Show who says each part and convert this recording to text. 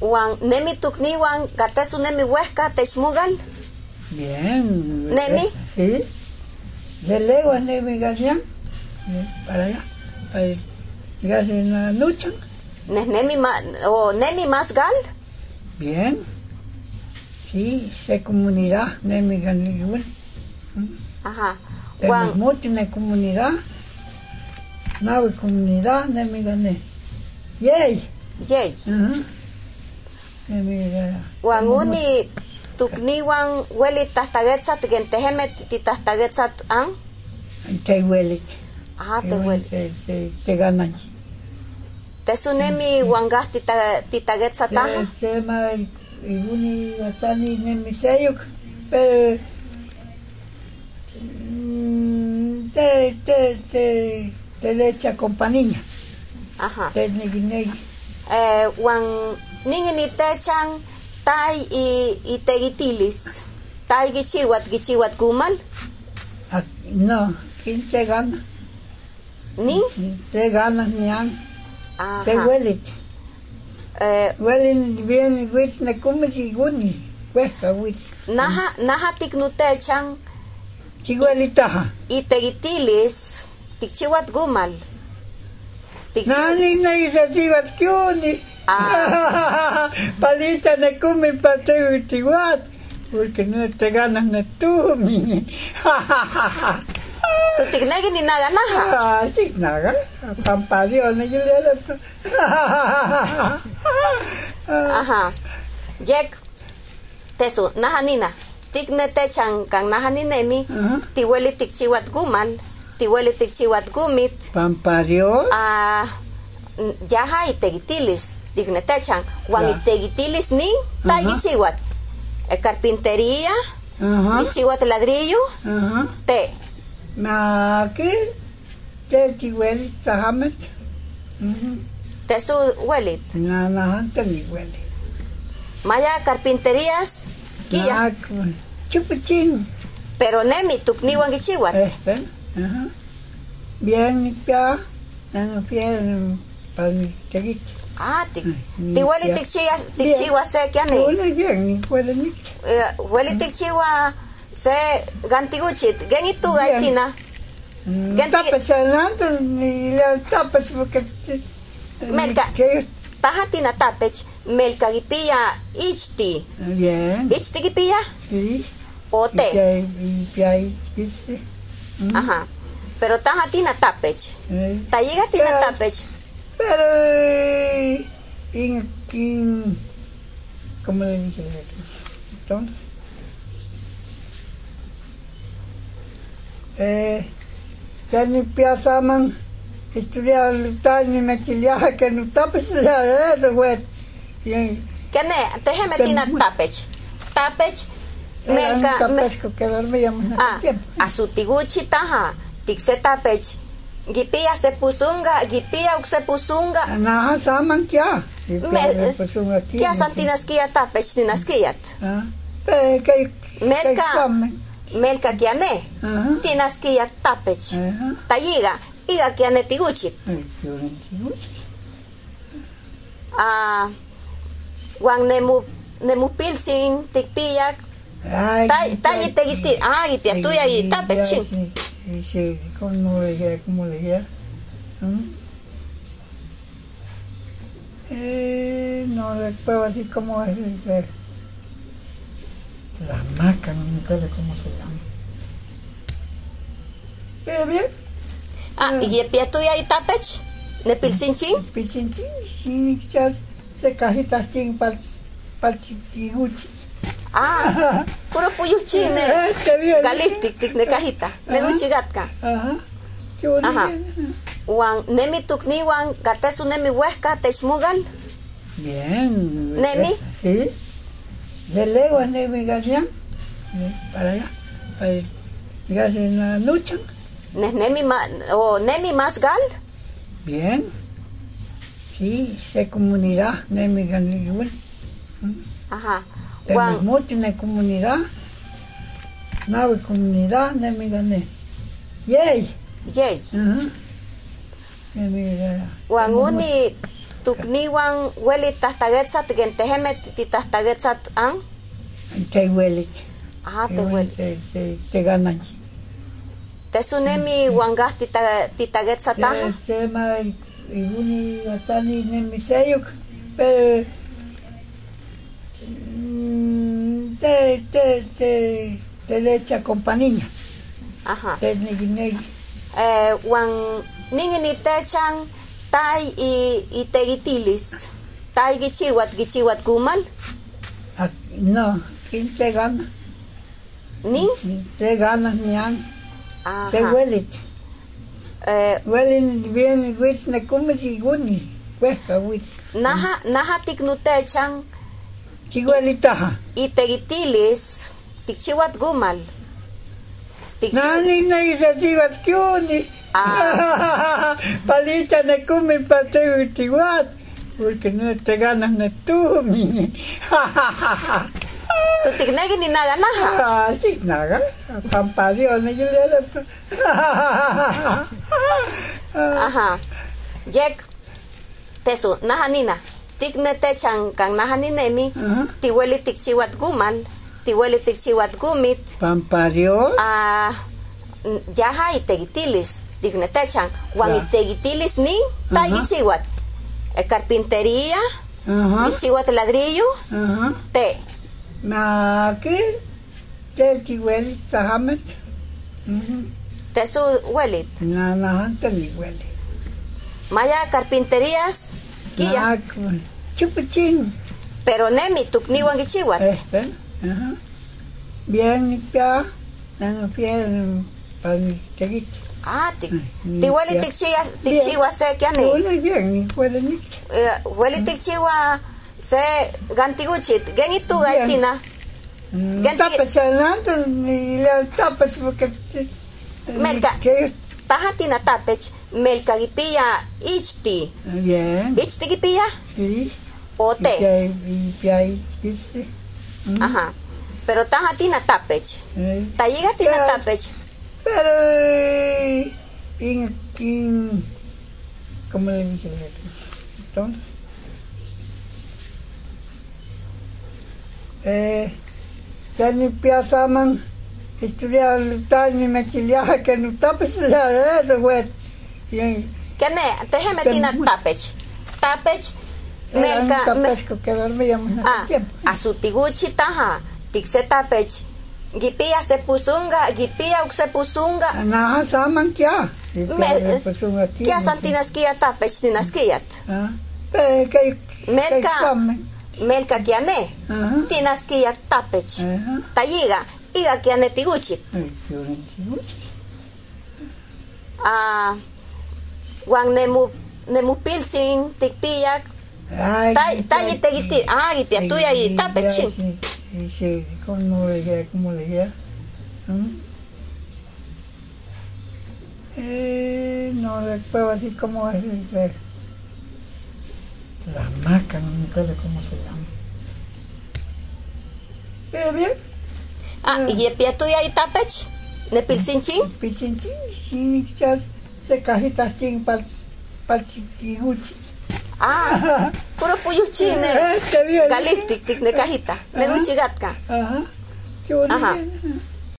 Speaker 1: Wan nemi tukniwan katesu nemi huesca techmugal.
Speaker 2: Bien.
Speaker 1: ¿Nemi?
Speaker 2: Sí. De leguas, Nemi García. Para allá. Para el García Nanuchan.
Speaker 1: Nes nemi ma o nemi más gal.
Speaker 2: Bien. Sí, sé comunidad, Nemi García.
Speaker 1: Ajá.
Speaker 2: Tenemos
Speaker 1: Wan
Speaker 2: mucho en la comunidad. Nave comunidad, Nemi García. Yay.
Speaker 1: yey.
Speaker 2: Ajá. Nemi García.
Speaker 1: Wan uni tukniwan weli tahtagetzat gentejeme titahtagetzat an.
Speaker 2: Te huele.
Speaker 1: Ajá, Ah, te
Speaker 2: Te,
Speaker 1: huel.
Speaker 2: te, te, te ganan.
Speaker 1: Tesu nemi wangas tita titagetzat
Speaker 2: El
Speaker 1: an.
Speaker 2: tema del Iguni Gatani Nemiseyuk, pero. mm, Te, te, te, te le echa compañía.
Speaker 1: Ajá.
Speaker 2: Te negi negi.
Speaker 1: Eh, wan ningi ni techan tai y y tegitilis. Tai gichiwat gichiwat kumal.
Speaker 2: Ah, No, ¿quién te gana?
Speaker 1: Nin.
Speaker 2: Te ganas ni an. Te
Speaker 1: Ajá.
Speaker 2: huele.
Speaker 1: Eh,
Speaker 2: Huele bien, huele, ne come Iguni. Huesca, huele.
Speaker 1: Naha, naha tiknutechan
Speaker 2: Chiguelitaja.
Speaker 1: itegitilis tikchiwat gumal. Tikchi-
Speaker 2: Nani na isasiwat kiuni. Palita na kumi pateu tiwat. Porque no te ganas na tumi.
Speaker 1: So tiknegi ni naga naha.
Speaker 2: Así naga. Pampa ¿eh? Dios na yulera. Ah,
Speaker 1: Ajá. Yek tesu naha nina. Tiknetechan kan naha ninemi.
Speaker 2: Ajá.
Speaker 1: Tiweli tikchiwat gumal. Tiweli tikchiwat gumit.
Speaker 2: Pampa Dios.
Speaker 1: Ah, n- yaha itegitilis. Tignetechan. Wan
Speaker 2: Ya.
Speaker 1: itegitilis ni taigichiwat. Eh, Carpintería.
Speaker 2: Ajá.
Speaker 1: Ichiwat ladrillo.
Speaker 2: Ajá.
Speaker 1: Te.
Speaker 2: Na que te tiweli sahamet. Ujú.
Speaker 1: Tesu welit.
Speaker 2: Na na hanta ni huele.
Speaker 1: Maya carpinterías, guía,
Speaker 2: Na chupuchín.
Speaker 1: pero nemi tukniwan gichiwat.
Speaker 2: Este, ajá. Bien limpiada, ya no quieren para mi chiquito.
Speaker 1: Ah, ti,
Speaker 2: Mm,
Speaker 1: ti hueli
Speaker 2: ya.
Speaker 1: tikchiwa,
Speaker 2: Bien.
Speaker 1: tikchiwa se kiani.
Speaker 2: Una bien, ni puede ni.
Speaker 1: Eh, Hueli tikchiwa se gantiguchit, gen itu
Speaker 2: Bien.
Speaker 1: gaitina.
Speaker 2: No
Speaker 1: Gente-
Speaker 2: tapas adelante ni le tapas porque. te-
Speaker 1: Melca.
Speaker 2: que-
Speaker 1: Taja tina tapech, melkagipiya ichti.
Speaker 2: Bien,
Speaker 1: Ichti gipiya
Speaker 2: sí.
Speaker 1: o
Speaker 2: Y
Speaker 1: te.
Speaker 2: que- y que ahí dice,
Speaker 1: Ajá. Pero taja tina tapech.
Speaker 2: eh,
Speaker 1: Tayiga tina
Speaker 2: Ya.
Speaker 1: tapech.
Speaker 2: Pero. eh, in- in- ¿Cómo le dije? Entonces. Eh, ya ni piazaman estudiar lutar ni mechiliaje que no tapes ya de eso, güey. Y en
Speaker 1: Kiane, tejeme
Speaker 2: Te-
Speaker 1: tina tapech. Tapech,
Speaker 2: el
Speaker 1: melka, me-
Speaker 2: tapesco que dormíamos en
Speaker 1: Ah,
Speaker 2: aquel tiempo.
Speaker 1: a su tiguchi taja, tixeta pech. Gipia se pusunga, gipia se pusunga.
Speaker 2: Naja Ah, saman ya. Y
Speaker 1: Me-
Speaker 2: claro, pues uno aquí.
Speaker 1: Kia
Speaker 2: ¿no?
Speaker 1: santinaskia tapech tinaskiat.
Speaker 2: Ah, Pero que que
Speaker 1: Melka,
Speaker 2: examen.
Speaker 1: melka kiane,
Speaker 2: Ajá.
Speaker 1: tinaskia tapech.
Speaker 2: Ajá.
Speaker 1: Tayiga, iga kiane tiguchi.
Speaker 2: Ay, qué bonito.
Speaker 1: Ah, wang nemu nemu pilsin, tikpiak,
Speaker 2: Ay,
Speaker 1: tay-
Speaker 2: ay,
Speaker 1: tayi tegiti. Ah, gipia tuya y
Speaker 2: sí,
Speaker 1: tapechin.
Speaker 2: sí, sí, sí, ¿Cómo le dije? ¿Cómo le dije? ¿Mm? Eh, no recuerdo así como es. el- el- La maca, no me acuerdo cómo se llama. Pero bien,
Speaker 1: Ah, y gipia tuya y tapech, ne pilsin chin.
Speaker 2: pichín, chin, chin, chin, se cajita chin pal, pal chiquiguchi.
Speaker 1: Ah, puro puyo chine.
Speaker 2: Este bien.
Speaker 1: Galistik, tiknekajita, meduchigatka.
Speaker 2: Ajá. Qué bonito.
Speaker 1: Ajá. Wan nemi tukniwan gatesu nemi huesca techmugal.
Speaker 2: Bien.
Speaker 1: ¿Nemi?
Speaker 2: Sí. De leguas, Nemi García. Para allá. Para el García Nanuchan.
Speaker 1: Nes nemi ma, o nemi más gal.
Speaker 2: Bien. Sí, sé comunidad, Nemi García.
Speaker 1: Ajá.
Speaker 2: Tenemos
Speaker 1: Wan
Speaker 2: mucho en la comunidad. Nave comunidad, Nemi García. Yay.
Speaker 1: yey.
Speaker 2: Ajá. Nemi García.
Speaker 1: Wan uni tukniwan weli tahtaguetzat gen teheme titahtaguetzat an
Speaker 2: Te huele.
Speaker 1: aha tehueli
Speaker 2: Te, te, te ganan.
Speaker 1: tesunemi huangaj tita- titaguetzat aja
Speaker 2: Te, te ma iguni e atani nemiseyuk. Pero mm, te, te, te, te le echa compañía.
Speaker 1: ajá
Speaker 2: Te negi negi.
Speaker 1: eh, huan ninginitechan tai i- itegitilis tai gichiwat gichiwat kumal
Speaker 2: Ah, No, ¿quién te gana?
Speaker 1: nin
Speaker 2: Te ganas ni an. Te
Speaker 1: ajá
Speaker 2: huele.
Speaker 1: eh,
Speaker 2: Huelen bien, huiz ne cumis y guni. Cuesta huiz.
Speaker 1: naja naja tiknutechan
Speaker 2: Chiguelitaja.
Speaker 1: itegitilis tikchiwat gumal Tikchiwat-
Speaker 2: Nani na isasiwat kiuni. Palita ne cumis pa te utiguat. Porque no te ganas ne tú, mi.
Speaker 1: So tignegi ni naganaha.
Speaker 2: Así naga. Pampa Dios, ne yo le.
Speaker 1: Ajá. Yek tesu nahanina. Tigne techan kan nahaninemi.
Speaker 2: Ajá.
Speaker 1: Tiweli tikchiwat gumal. Tiweli tikchiwat gumit.
Speaker 2: Pampa Dios.
Speaker 1: Ah, n- yaha itegitilis. Tigne techan. Wan
Speaker 2: Ya.
Speaker 1: itegitilis ni
Speaker 2: Ajá.
Speaker 1: taigichiwat. E carpintería.
Speaker 2: Ajá.
Speaker 1: Gichiwat ladrillo.
Speaker 2: Ajá.
Speaker 1: Te.
Speaker 2: Na que te tigüeli sahamet.
Speaker 1: Tesu welit.
Speaker 2: Na na hanta ni huele.
Speaker 1: Maya carpinterías. Kia.
Speaker 2: Na chupachín.
Speaker 1: Pero nemi tukniwan gichiwat.
Speaker 2: Este. Ajá. Bien ni pia. Na no pia para mi teguit.
Speaker 1: Ah, ti,
Speaker 2: Mm,
Speaker 1: ti huele
Speaker 2: ya.
Speaker 1: tikchiwa,
Speaker 2: Bien.
Speaker 1: tikchiwa se kiani.
Speaker 2: Una bien ni huele ni.
Speaker 1: Eh, Huele tikchiwa se gantiguchit. Geni tu
Speaker 2: Bien.
Speaker 1: gaitina. Ganti-
Speaker 2: Tapas adelante ni le tapas porque. te- te-
Speaker 1: Melka.
Speaker 2: que-
Speaker 1: Tajatina tapech. Melkagipilla ichti.
Speaker 2: Bien.
Speaker 1: Ichti gipilla
Speaker 2: Sí.
Speaker 1: o
Speaker 2: Y
Speaker 1: te.
Speaker 2: pia- y pia y chiste.
Speaker 1: Ajá. Pero tajatina tapech.
Speaker 2: Eh.
Speaker 1: Tayigatina
Speaker 2: Ya.
Speaker 1: tapech.
Speaker 2: Pero, eh, in, in, ¿cómo le dije? Entonces, eh, ya ni piasaman, estudiar ni me chileaba que no tapes la de eso, güey. Y en-
Speaker 1: Kiane, tejeme tina
Speaker 2: Pero-
Speaker 1: tapech. Tapech.
Speaker 2: era un
Speaker 1: Melka. me-
Speaker 2: tapesco que dormíamos en
Speaker 1: Ah,
Speaker 2: aquel tiempo.
Speaker 1: asutiguchi taja. Tikse tapech. Gipilla se pusunga. Gipilla ukse pusunga.
Speaker 2: Nada, Ah, saman que ya. Y
Speaker 1: Me-
Speaker 2: que, pues, un aquí,
Speaker 1: Kia
Speaker 2: no sé.
Speaker 1: santinaskia tapech tinaskiat.
Speaker 2: Ah, pero que- que
Speaker 1: Melka.
Speaker 2: examen.
Speaker 1: Melka kiane.
Speaker 2: Ajá.
Speaker 1: Tinaskia tapech.
Speaker 2: Ajá.
Speaker 1: Tayiga. Iga kiane tiguchit.
Speaker 2: Ay, qué bonito.
Speaker 1: Ah. Wan nemu nemu pilsin tikpiak.
Speaker 2: Ay,
Speaker 1: Tay
Speaker 2: ay,
Speaker 1: tay tegiti. Ah, gipia
Speaker 2: ay,
Speaker 1: tuya y pues,
Speaker 2: ay,
Speaker 1: tapech.
Speaker 2: ay, sí, sí, ¿Cómo le dije? ¿Cómo le dije? ¿Mm? Eh, no recuerdo así como es. el de- La maca, no me acuerdo cómo se llama. Pero bien,
Speaker 1: Ah, gipia tuya y tapech. Ne pilsin chin.
Speaker 2: pichinchín, sin echar de cajita sin pal, palchiquiguchi.
Speaker 1: Ah, puro puyuchin.
Speaker 2: Este bien.
Speaker 1: Galiptik tik ne cajita. Me guchigatka.
Speaker 2: Ajá. Qué bonito.
Speaker 1: Ajá.